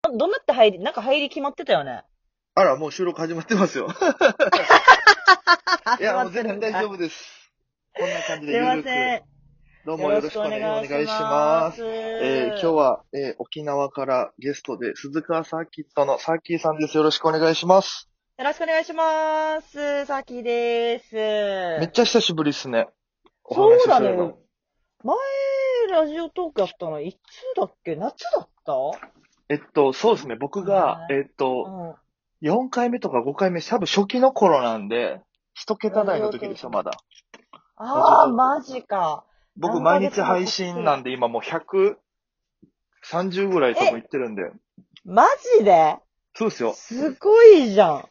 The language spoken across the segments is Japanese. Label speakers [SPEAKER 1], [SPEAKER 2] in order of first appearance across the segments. [SPEAKER 1] どどんなって入り、なんか入り決まってたよね。
[SPEAKER 2] あら、もう収録始まって ますよ。いや、もう全然大丈
[SPEAKER 1] 夫。
[SPEAKER 2] 夫です。こんな感じ
[SPEAKER 1] す
[SPEAKER 2] で
[SPEAKER 1] い
[SPEAKER 2] ゆ
[SPEAKER 1] ま
[SPEAKER 2] る
[SPEAKER 1] せん
[SPEAKER 2] く。。どうもよろしくお願いします。
[SPEAKER 1] よろしくお
[SPEAKER 2] えー
[SPEAKER 1] 願いします
[SPEAKER 2] 今日は、えー沖縄からゲストで鈴川サーキットのサーキーさんです。よろしくお願いします。
[SPEAKER 1] よろしくお願いします。さきです。
[SPEAKER 2] めっちゃ久しぶりっすね。お話
[SPEAKER 1] そう
[SPEAKER 2] しする
[SPEAKER 1] だね
[SPEAKER 2] の。。
[SPEAKER 1] 前、ラジオトークやったの、いつだっけ夏だった
[SPEAKER 2] えっと、そうですね。僕が、
[SPEAKER 1] ね
[SPEAKER 2] えっと、
[SPEAKER 1] うん。
[SPEAKER 2] 4回目とか5回目、多分初期の頃なんで、一桁台の時でしょ、まだ。
[SPEAKER 1] ああ、マジか。
[SPEAKER 2] 僕、毎日配信なんで、今もう130ぐらいともいってるんで。
[SPEAKER 1] マジで
[SPEAKER 2] そうですよ。
[SPEAKER 1] すごいじゃん。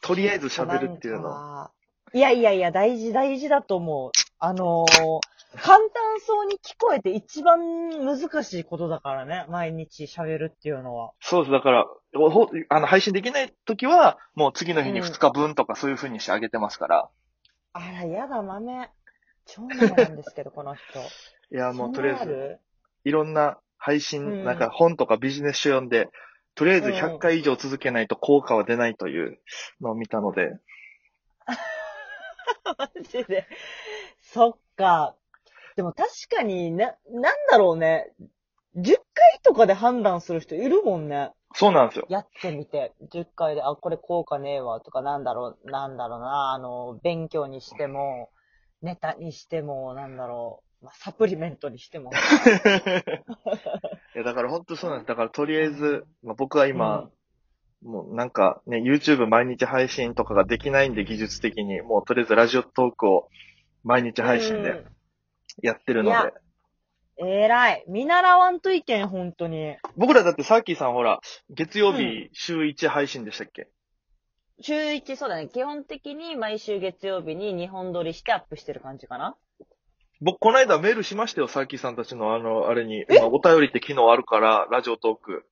[SPEAKER 2] とりあえず喋るっていうの。
[SPEAKER 1] なんかいやいやいや、大事大事だと思う。あのー簡単そうに聞こえて一番難しいことだからね、毎日喋るっていうのは。
[SPEAKER 2] そうです。だから、おほあの、配信できない時は、もう次の日に
[SPEAKER 1] うん
[SPEAKER 2] 2日分とかそういう風にしてあげてますから。
[SPEAKER 1] あら、やだ、豆。超豆なんです けど、この人。
[SPEAKER 2] いや、もうとりあえ
[SPEAKER 1] そんな
[SPEAKER 2] ず、
[SPEAKER 1] る
[SPEAKER 2] いろんな配信、
[SPEAKER 1] うん
[SPEAKER 2] なんか本とかビジネス書読んで、とりあえず100回以上続けないと効果は出ないというのを見たので。
[SPEAKER 1] マジで。そっか。でも確かにな、なんだろうね。10回とかで判断する人いるもんね。
[SPEAKER 2] そうなんですよ。
[SPEAKER 1] やってみて、10回で、あ、これ効果ねえわとか、なんだろう、なんだろうな、あの、勉強にしても、ネタにしても、なんだろう、まあ、サプリメントにしても。
[SPEAKER 2] いや、だから本当そうなんです。だからとりあえず、まあ、僕は今、もうなんかね、YouTube 毎日配信とかができないんで技術的に、もうとりあえずラジオトークを毎日
[SPEAKER 1] うん、
[SPEAKER 2] 配信でやってるので。
[SPEAKER 1] いやうん。えらい。見習わんといけん、本当に。
[SPEAKER 2] 僕らだってサーキーさんほら、月曜
[SPEAKER 1] う
[SPEAKER 2] 日週1配信でしたっけ、
[SPEAKER 1] 週1、そうだね。基本的に毎週月曜日に2本撮りしてアップしてる感じかな。
[SPEAKER 2] 僕この間メールしましたよ、サーキーさんたちのあの、あれに。まあお便りって機能あるから、ラジオトーク。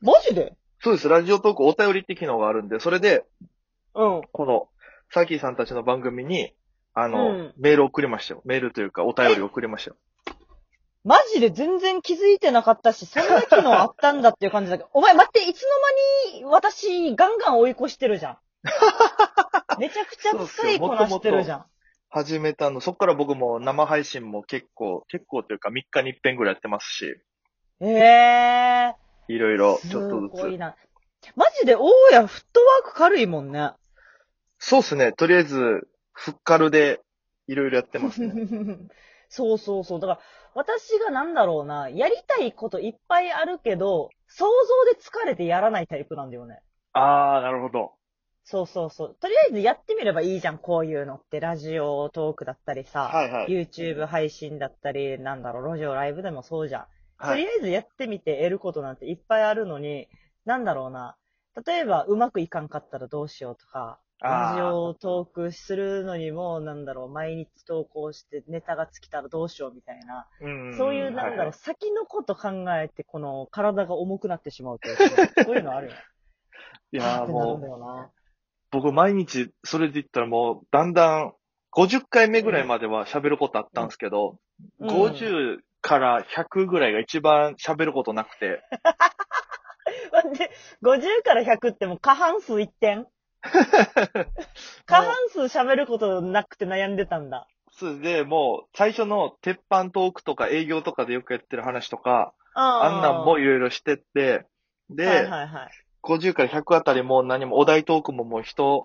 [SPEAKER 1] マジで
[SPEAKER 2] そうです、ラジオトークお便りって機能があるんで、それで、
[SPEAKER 1] うん。
[SPEAKER 2] この、サーキーさんたちの番組に、あの、
[SPEAKER 1] うん
[SPEAKER 2] メール送りましたよ。メールというか、お便り送りましたよ。
[SPEAKER 1] マジで全然気づいてなかったし、そんな機能あったんだっていう感じだけど、お 前待って、いつの間に私ガンガン追い越してる じゃん。めちゃくちゃ使いこなしてるじゃん。
[SPEAKER 2] 始めたの、そっから僕も生配信も結構、結構というか3日に一遍ぐらいやってますし、
[SPEAKER 1] ええ
[SPEAKER 2] いろいろ
[SPEAKER 1] ー。
[SPEAKER 2] ちょっと
[SPEAKER 1] すごい
[SPEAKER 2] ずつ。
[SPEAKER 1] な。マジで、大家フットワーク軽いもん ね。
[SPEAKER 2] そうっすね、とりあえず、フッカルでいろいろやってま すね。
[SPEAKER 1] そうそうそう。だから、私がなんだろうな、やりたいこといっぱいあるけど、想像で疲れてやらないタイプなんだよね。
[SPEAKER 2] あー、なるほど。
[SPEAKER 1] そうそうそう。とりあえずやってみればいいじゃん、こういうのって。ラジオトークだったりさ、
[SPEAKER 2] はいはい。
[SPEAKER 1] YouTube 配信だったり、なんだろう、路上ライブでもそうじゃん。と
[SPEAKER 2] は
[SPEAKER 1] り
[SPEAKER 2] い、
[SPEAKER 1] あえずやってみて得ることなんていっぱいあるのに、なんだろうな。例えば、うまくいかんかったらどうしようとか、
[SPEAKER 2] あ
[SPEAKER 1] ラ
[SPEAKER 2] ー
[SPEAKER 1] ジオトークするのにも、なんだろう、毎日投稿してネタが尽きたらどうしようみたいな、
[SPEAKER 2] うん
[SPEAKER 1] そういう、なんだろう、
[SPEAKER 2] はいはい
[SPEAKER 1] 先のこと考えて、この、体が重くなってしまうというか、そういうのあるよね。
[SPEAKER 2] い
[SPEAKER 1] い
[SPEAKER 2] やーもう、
[SPEAKER 1] う。
[SPEAKER 2] 僕毎日、それで言ったらもう、だんだん、50回目ぐらいまでは喋ることあったんですけど、
[SPEAKER 1] うん
[SPEAKER 2] 50から100ぐらいが一番喋ることなくて、
[SPEAKER 1] 待って、50から100ってもう過半数一 点過半数喋ることなくて悩んでたんだ。
[SPEAKER 2] それで、もう、最初の鉄板トークとか営業とかでよくやってる話とか、
[SPEAKER 1] あ
[SPEAKER 2] あんなんもいろいろしてって、で、
[SPEAKER 1] はいはいはい。
[SPEAKER 2] 50から100あたりもう何もお題トークももう一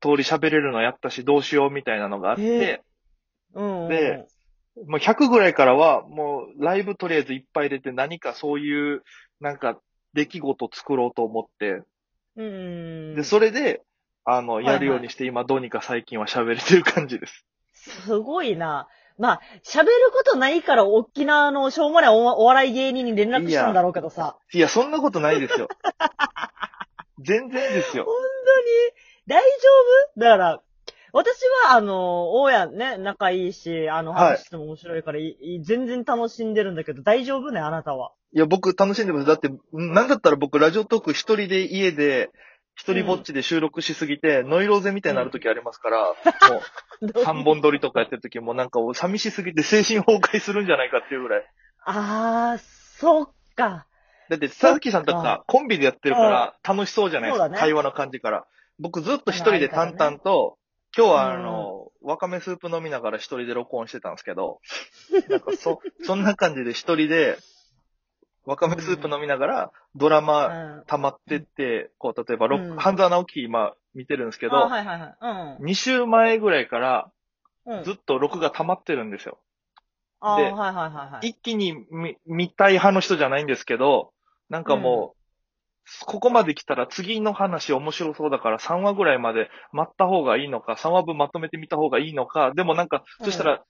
[SPEAKER 2] 通り喋れるのやったし、どうしようみたいなのがあって、
[SPEAKER 1] うん、うん。
[SPEAKER 2] で、もう100ぐらいからは、もうライブとりあえずいっぱい出て何かそういう、なんか、出来事を作ろうと思って、
[SPEAKER 1] うん。
[SPEAKER 2] で、それで、あの、
[SPEAKER 1] いはい
[SPEAKER 2] やるようにして、今どうにか最近は喋れてる感じです。
[SPEAKER 1] すごいな。まあ、喋ることないから、大きな、あの、しょうもないおお笑い芸人に連絡したんだろうけどさ。
[SPEAKER 2] いや、そんなことないです よ。全然ですよ。
[SPEAKER 1] 本当に大丈夫だから、私は、あの、大家ね、仲いいし、あの、
[SPEAKER 2] はい
[SPEAKER 1] 話しても面白いから、いい全然楽しんでるんだけど、大丈夫ね、あなたは。
[SPEAKER 2] いや、僕楽しんでます。だって、んなんだったら僕、ラジオトーク一人で家で、一人ぼっちで収録しすぎて、ノイローゼみたいになる時ありますから、もう、三本撮りとかやってる時もなんか、寂しすぎて精神崩壊するんじゃないかっていうぐらい。
[SPEAKER 1] あー、そっか。
[SPEAKER 2] だって、佐々木さんと
[SPEAKER 1] そっ
[SPEAKER 2] かコンビでやってるから楽しそうじゃないです
[SPEAKER 1] そ
[SPEAKER 2] か、
[SPEAKER 1] うだね
[SPEAKER 2] 会話の感じから。僕ずっと一人で淡々と、今日はあの、わかめスープ飲みながら一人で録音してたんですけど、なんかそ、そんな感じで一人で、わかめスープ飲みながらドラ
[SPEAKER 1] う
[SPEAKER 2] マ
[SPEAKER 1] ん。
[SPEAKER 2] 溜まってって、こう、例えばロック、
[SPEAKER 1] うん
[SPEAKER 2] 半沢直樹今見てるんですけ
[SPEAKER 1] あ
[SPEAKER 2] ど、
[SPEAKER 1] はいはいはい。
[SPEAKER 2] 2週前ぐらいから
[SPEAKER 1] うん。うん。
[SPEAKER 2] ずっと録画溜まってるんですよ。
[SPEAKER 1] あ
[SPEAKER 2] で
[SPEAKER 1] はいはいはいはい。
[SPEAKER 2] 一気に見見たい派の人じゃないんですけど、なんかもう、ここまで来たら次の話面白そうだから3話ぐらいまで待った方がいいのか、3話分まとめてみた方がいいのか、でもなんか、
[SPEAKER 1] うん
[SPEAKER 2] そしたら、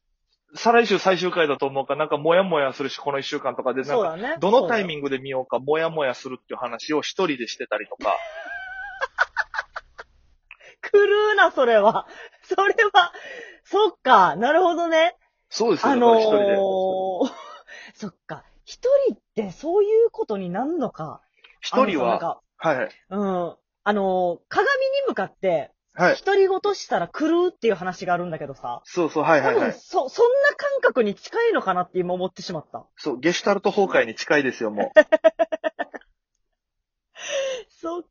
[SPEAKER 2] 再来週最終回だと思うか、なんかモヤモヤするし、この1週間とかで、なん
[SPEAKER 1] そうだ
[SPEAKER 2] か、
[SPEAKER 1] ね。
[SPEAKER 2] どのタイミ
[SPEAKER 1] ン
[SPEAKER 2] ングで見ようか、モヤモヤするっていう話を一人でしてたりとか、
[SPEAKER 1] グ狂うな、それは。 それは、そっか、なるほどね。
[SPEAKER 2] そうですよ、
[SPEAKER 1] あ
[SPEAKER 2] だ
[SPEAKER 1] の
[SPEAKER 2] から
[SPEAKER 1] ー
[SPEAKER 2] 一
[SPEAKER 1] そ
[SPEAKER 2] 人で。、
[SPEAKER 1] っか。一人ってそういうことになるのか。
[SPEAKER 2] 一人
[SPEAKER 1] あの
[SPEAKER 2] は、
[SPEAKER 1] さ
[SPEAKER 2] はい、
[SPEAKER 1] なんか、うん。あのー、鏡に向かって、
[SPEAKER 2] はい、
[SPEAKER 1] 独り言したら狂うっていう話があるんだけどさ。
[SPEAKER 2] そうそう、はい、
[SPEAKER 1] 多
[SPEAKER 2] はい、は
[SPEAKER 1] 分、
[SPEAKER 2] い。
[SPEAKER 1] そ、そんな感覚に近いのかなって今思ってしまった。
[SPEAKER 2] そう、ゲシュタルト崩壊に近いです よ、も
[SPEAKER 1] そっ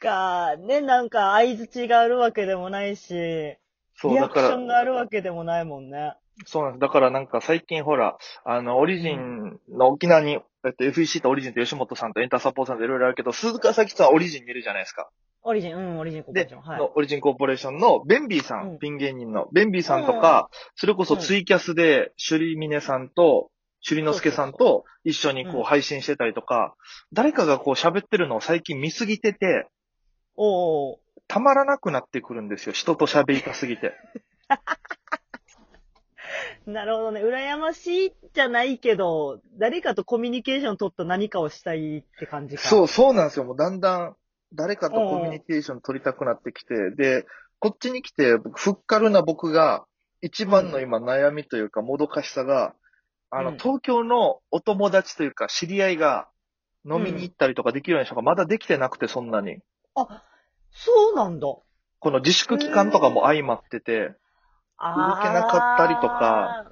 [SPEAKER 1] か、ね、なんか相槌があるわけでもないし、リ
[SPEAKER 2] う。そう、
[SPEAKER 1] ア
[SPEAKER 2] だ
[SPEAKER 1] ク
[SPEAKER 2] か
[SPEAKER 1] シ
[SPEAKER 2] ら。
[SPEAKER 1] ョンがあるわけでもないもんね。
[SPEAKER 2] そうなんです。だからなんか最近ほら、あの、オリジンの沖縄に、えっと、FEC とオリジンと吉本さんとエンターサポーさんといろいろあるけど、鈴鹿咲さんはオリジンにいるじゃないですか。
[SPEAKER 1] オリジン、うん、オリジンコーポレーション。はい。
[SPEAKER 2] のオリジンコーポレーションのベンビーさん、
[SPEAKER 1] うん
[SPEAKER 2] ピン芸人のベンビーさんとか、それこそツイキャスで、シュリミネさんと、シュリノスケさんと一緒に
[SPEAKER 1] う
[SPEAKER 2] こ
[SPEAKER 1] ん
[SPEAKER 2] う配信してたりとか、誰かがこう喋ってるのを最近見すぎてて、
[SPEAKER 1] おうおう
[SPEAKER 2] たまらなくなってくるんですよ。人と喋りたすぎて。
[SPEAKER 1] なるほどね。羨ましいじゃないけど、誰かとコミュニケーション取った何かをしたいって感じか。。
[SPEAKER 2] そうう、そうなんですよ。もうだんだん、誰かとコミュニケーション取りたくなってきて、で、こっちに来て、僕ふっかるな僕が、一番の今悩みというか、もどかしさが、あの、
[SPEAKER 1] うん
[SPEAKER 2] 東京のお友達というか、知り合いが、飲みに行ったりとかできるような人がまだできてなくて、そんなに。
[SPEAKER 1] あ、そうなんだ。
[SPEAKER 2] この自粛期間とかも相まってて、
[SPEAKER 1] あー
[SPEAKER 2] 動けなかったりとか。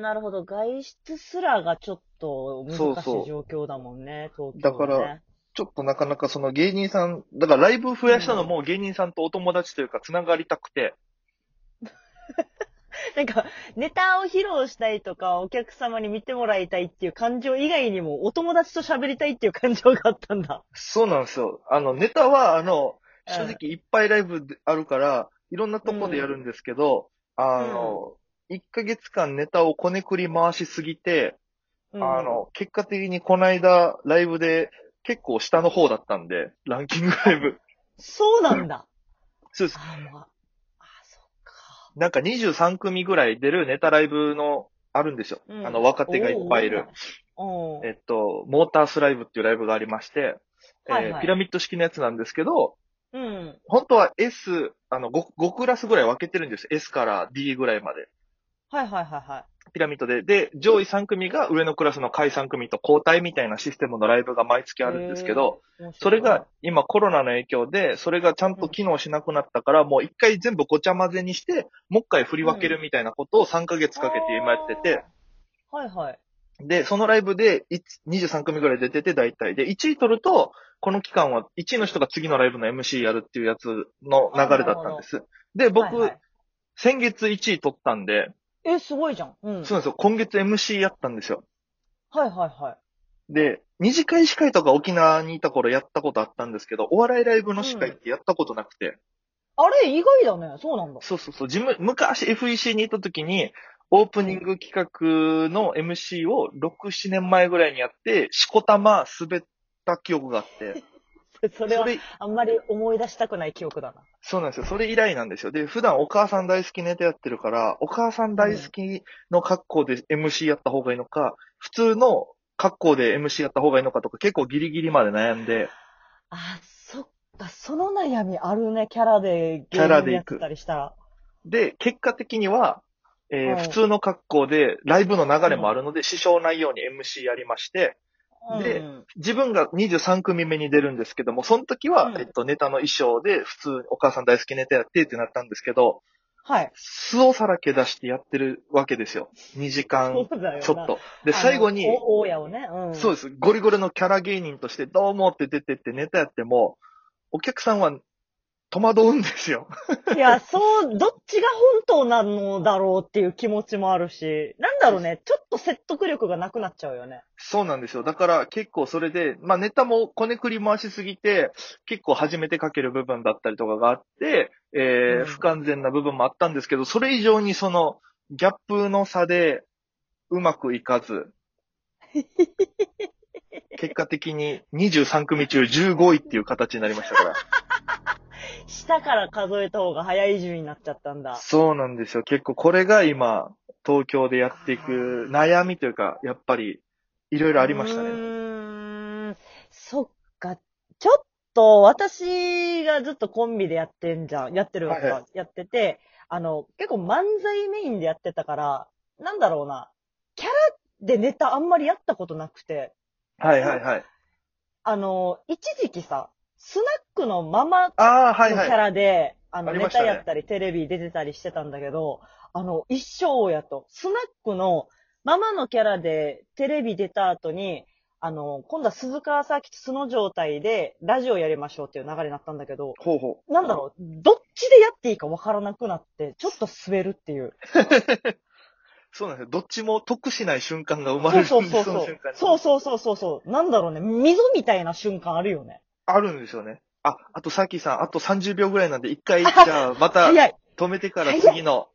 [SPEAKER 1] なるほど。外出すらがちょっと難し
[SPEAKER 2] そうそ
[SPEAKER 1] いう状況だもんね、東
[SPEAKER 2] だ
[SPEAKER 1] 京、ね。
[SPEAKER 2] から、ちょっとなかなかその芸人さん、だからライブ増やしたのも芸人さんとお友達というか、つながりたくて、
[SPEAKER 1] なんか、ネタを披露したいとか、お客様に見てもらいたいっていう感情以外にも、お友達と喋りたいっていう感情があったんだ。
[SPEAKER 2] そうなんですよ。あの、ネタは、あの、
[SPEAKER 1] うん
[SPEAKER 2] 正直いっぱいライブであるから、いろんなとこでやるんですけど、あの、1ヶ月間ネタをこねくり回しすぎて、
[SPEAKER 1] あ
[SPEAKER 2] あ、の、結果的にこの間、ライブで結構下の方だったんで、ランキングライ ブ。
[SPEAKER 1] そうなんだ。
[SPEAKER 2] そうです。
[SPEAKER 1] あー、まあ、あー、そっか。
[SPEAKER 2] なんか23組ぐらい出るネタライブの、あるんですよ。
[SPEAKER 1] うん
[SPEAKER 2] あの、若手がいっぱいいる。。
[SPEAKER 1] おー
[SPEAKER 2] えっと、モータースライブっていうライブがありまして、えー
[SPEAKER 1] はいはい
[SPEAKER 2] ピラミッド式のやつなんですけど、
[SPEAKER 1] うん。
[SPEAKER 2] 本当は S、あの5、5クラスぐらい分けてるんです。S から D ぐらいまで。
[SPEAKER 1] はいはいはいはい。
[SPEAKER 2] ピラミッドで。で、上位3組が上のクラスの下位3組と交代みたいなシステムのライブが毎月あるんですけど、
[SPEAKER 1] へー、
[SPEAKER 2] それが今コロナの影響で、それがちゃんと機能しなくなったから、もう一回全部ごちゃ混ぜにして、もう一回振り分けるみたいなことを3ヶ月かけて今やってて、
[SPEAKER 1] あー。はいはい。
[SPEAKER 2] で、そのライブでいつ23組ぐらい出てて大体。で、1位取ると、この期間は1位の人が次のライブの MC やるっていうやつの流れだったんです。で、僕、
[SPEAKER 1] はいはい
[SPEAKER 2] 先月1位取ったんで、
[SPEAKER 1] え、すごいじゃん。うん。
[SPEAKER 2] そうなんですよ。今月 MC やったんですよ。
[SPEAKER 1] はいはいはい。
[SPEAKER 2] で、二次会司会とか沖縄にいた頃やったことあったんですけど、お笑いライブの司会ってやったことなくて、
[SPEAKER 1] あれ、意外だね。そうなんだ。
[SPEAKER 2] そうそうそう、事務、昔 FEC にいた時に、オープニング企画の MC を6、7年前ぐらいにやって、しこたま滑った記憶があって、
[SPEAKER 1] それ
[SPEAKER 2] そ
[SPEAKER 1] は、
[SPEAKER 2] れ、
[SPEAKER 1] あんまり思い出したくない記憶だな。
[SPEAKER 2] そうなんですよ。それ以来なんですよ。で、普段お母さん大好きネタやってるから、お母さん大好きの格好で MC やった方がいいのか、普通の格好で MC やった方がいいのかとか結構ギリギリまで悩んで、
[SPEAKER 1] あ、そっか、その悩みあるね、キャラで、
[SPEAKER 2] キャラで行く
[SPEAKER 1] ゲームやってたりしたら。
[SPEAKER 2] で、結果的には、えー
[SPEAKER 1] うん
[SPEAKER 2] 普通の格好でライブの流れもあるので、支障ないように MC やりまして、で
[SPEAKER 1] うん
[SPEAKER 2] 自分が23組目に出るんですけども、その時は、
[SPEAKER 1] うん
[SPEAKER 2] えっと、ネタの衣装で普通、お母さん大好きネタやってってなったんですけど、
[SPEAKER 1] はい。
[SPEAKER 2] 素をさらけ出してやってるわけですよ。2時間
[SPEAKER 1] そうだよな。
[SPEAKER 2] ちょっと。
[SPEAKER 1] で
[SPEAKER 2] で、最後に、
[SPEAKER 1] お、大家をね。うん。
[SPEAKER 2] そう
[SPEAKER 1] う
[SPEAKER 2] です。ゴリゴリのキャラ芸人としてどうもって出てってネタやっても、お客さんは戸惑うんですよ。
[SPEAKER 1] いや、そう、どっちが本当なのだろうっていう気持ちもあるし、なんだろうね、ちょっと説得力がなくなっちゃうよね。
[SPEAKER 2] そうなんですよ。だから結構それで、まあネタもこねくり回しすぎて、結構初めて書ける部分だったりとかがあって、えー
[SPEAKER 1] うん
[SPEAKER 2] 不完全な部分もあったんですけど、それ以上にそのギャップの差でうまくい かず、結果的に23組中15位っていう形になりましたから。
[SPEAKER 1] 下から数えた方が早い順位になっちゃったんだ。
[SPEAKER 2] そうなんですよ。結構これが今、東京でやっていく悩みというか、やっぱり、いろいろありました
[SPEAKER 1] う
[SPEAKER 2] ね。
[SPEAKER 1] ーん、そっか。ちょっと、私がずっとコンビでやってんじゃん。やってるわけ
[SPEAKER 2] はい
[SPEAKER 1] か、やってて、あの、結構漫才メインでやってたから、なんだろうな。キャラでネタあんまりやったことなくて、
[SPEAKER 2] はいはいはい。
[SPEAKER 1] あの、一時期さ、スナックのママ
[SPEAKER 2] ああ、はい
[SPEAKER 1] の
[SPEAKER 2] は
[SPEAKER 1] キャ
[SPEAKER 2] い。
[SPEAKER 1] ラで、あの、
[SPEAKER 2] あり
[SPEAKER 1] ネ
[SPEAKER 2] ました
[SPEAKER 1] タ
[SPEAKER 2] ね
[SPEAKER 1] やったり、テレビ出てたりしてたんだけど、あの、一生やと、スナックのママのキャラでテレビ出た後に、あの、今度は鈴川さきと素の状態でラジオやりましょうっていう流れになったんだけど、
[SPEAKER 2] ほうほう。
[SPEAKER 1] なんだろう、どっちでやっていいかわからなくなって、ちょっと滑るっていう。
[SPEAKER 2] そうなんですよ。どっちも得しない瞬間が生まれ
[SPEAKER 1] そう
[SPEAKER 2] る
[SPEAKER 1] そ
[SPEAKER 2] ん
[SPEAKER 1] うそう
[SPEAKER 2] ですそ
[SPEAKER 1] そ
[SPEAKER 2] の
[SPEAKER 1] う
[SPEAKER 2] 瞬間。に
[SPEAKER 1] そうそうそうそうそう。なんだろうね、溝みたいな瞬間あるよね。
[SPEAKER 2] あるんですよね。あ、あとさっきさん、あと30秒ぐらいなんで、一回、じゃあ、また
[SPEAKER 1] 早い。
[SPEAKER 2] 止めてから次の、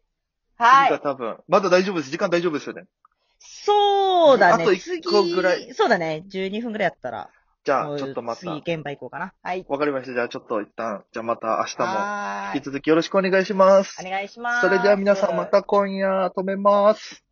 [SPEAKER 1] は
[SPEAKER 2] 次が
[SPEAKER 1] い。
[SPEAKER 2] 多分、まだ大丈夫です。時間大丈夫ですよね。
[SPEAKER 1] そうだね。
[SPEAKER 2] あと一個ぐらい
[SPEAKER 1] 次そうだね。12分ぐらいやったら。
[SPEAKER 2] じゃ
[SPEAKER 1] も
[SPEAKER 2] あ、
[SPEAKER 1] う
[SPEAKER 2] ちょっとまた。
[SPEAKER 1] 次、現場行こうかな。はい。
[SPEAKER 2] わかりました。じゃあ、ちょっと一旦、じゃあまた明日も、
[SPEAKER 1] はー
[SPEAKER 2] 引
[SPEAKER 1] い
[SPEAKER 2] き続きよろしくお願いします。
[SPEAKER 1] お願いします。
[SPEAKER 2] それでは皆さんまた今夜止めます。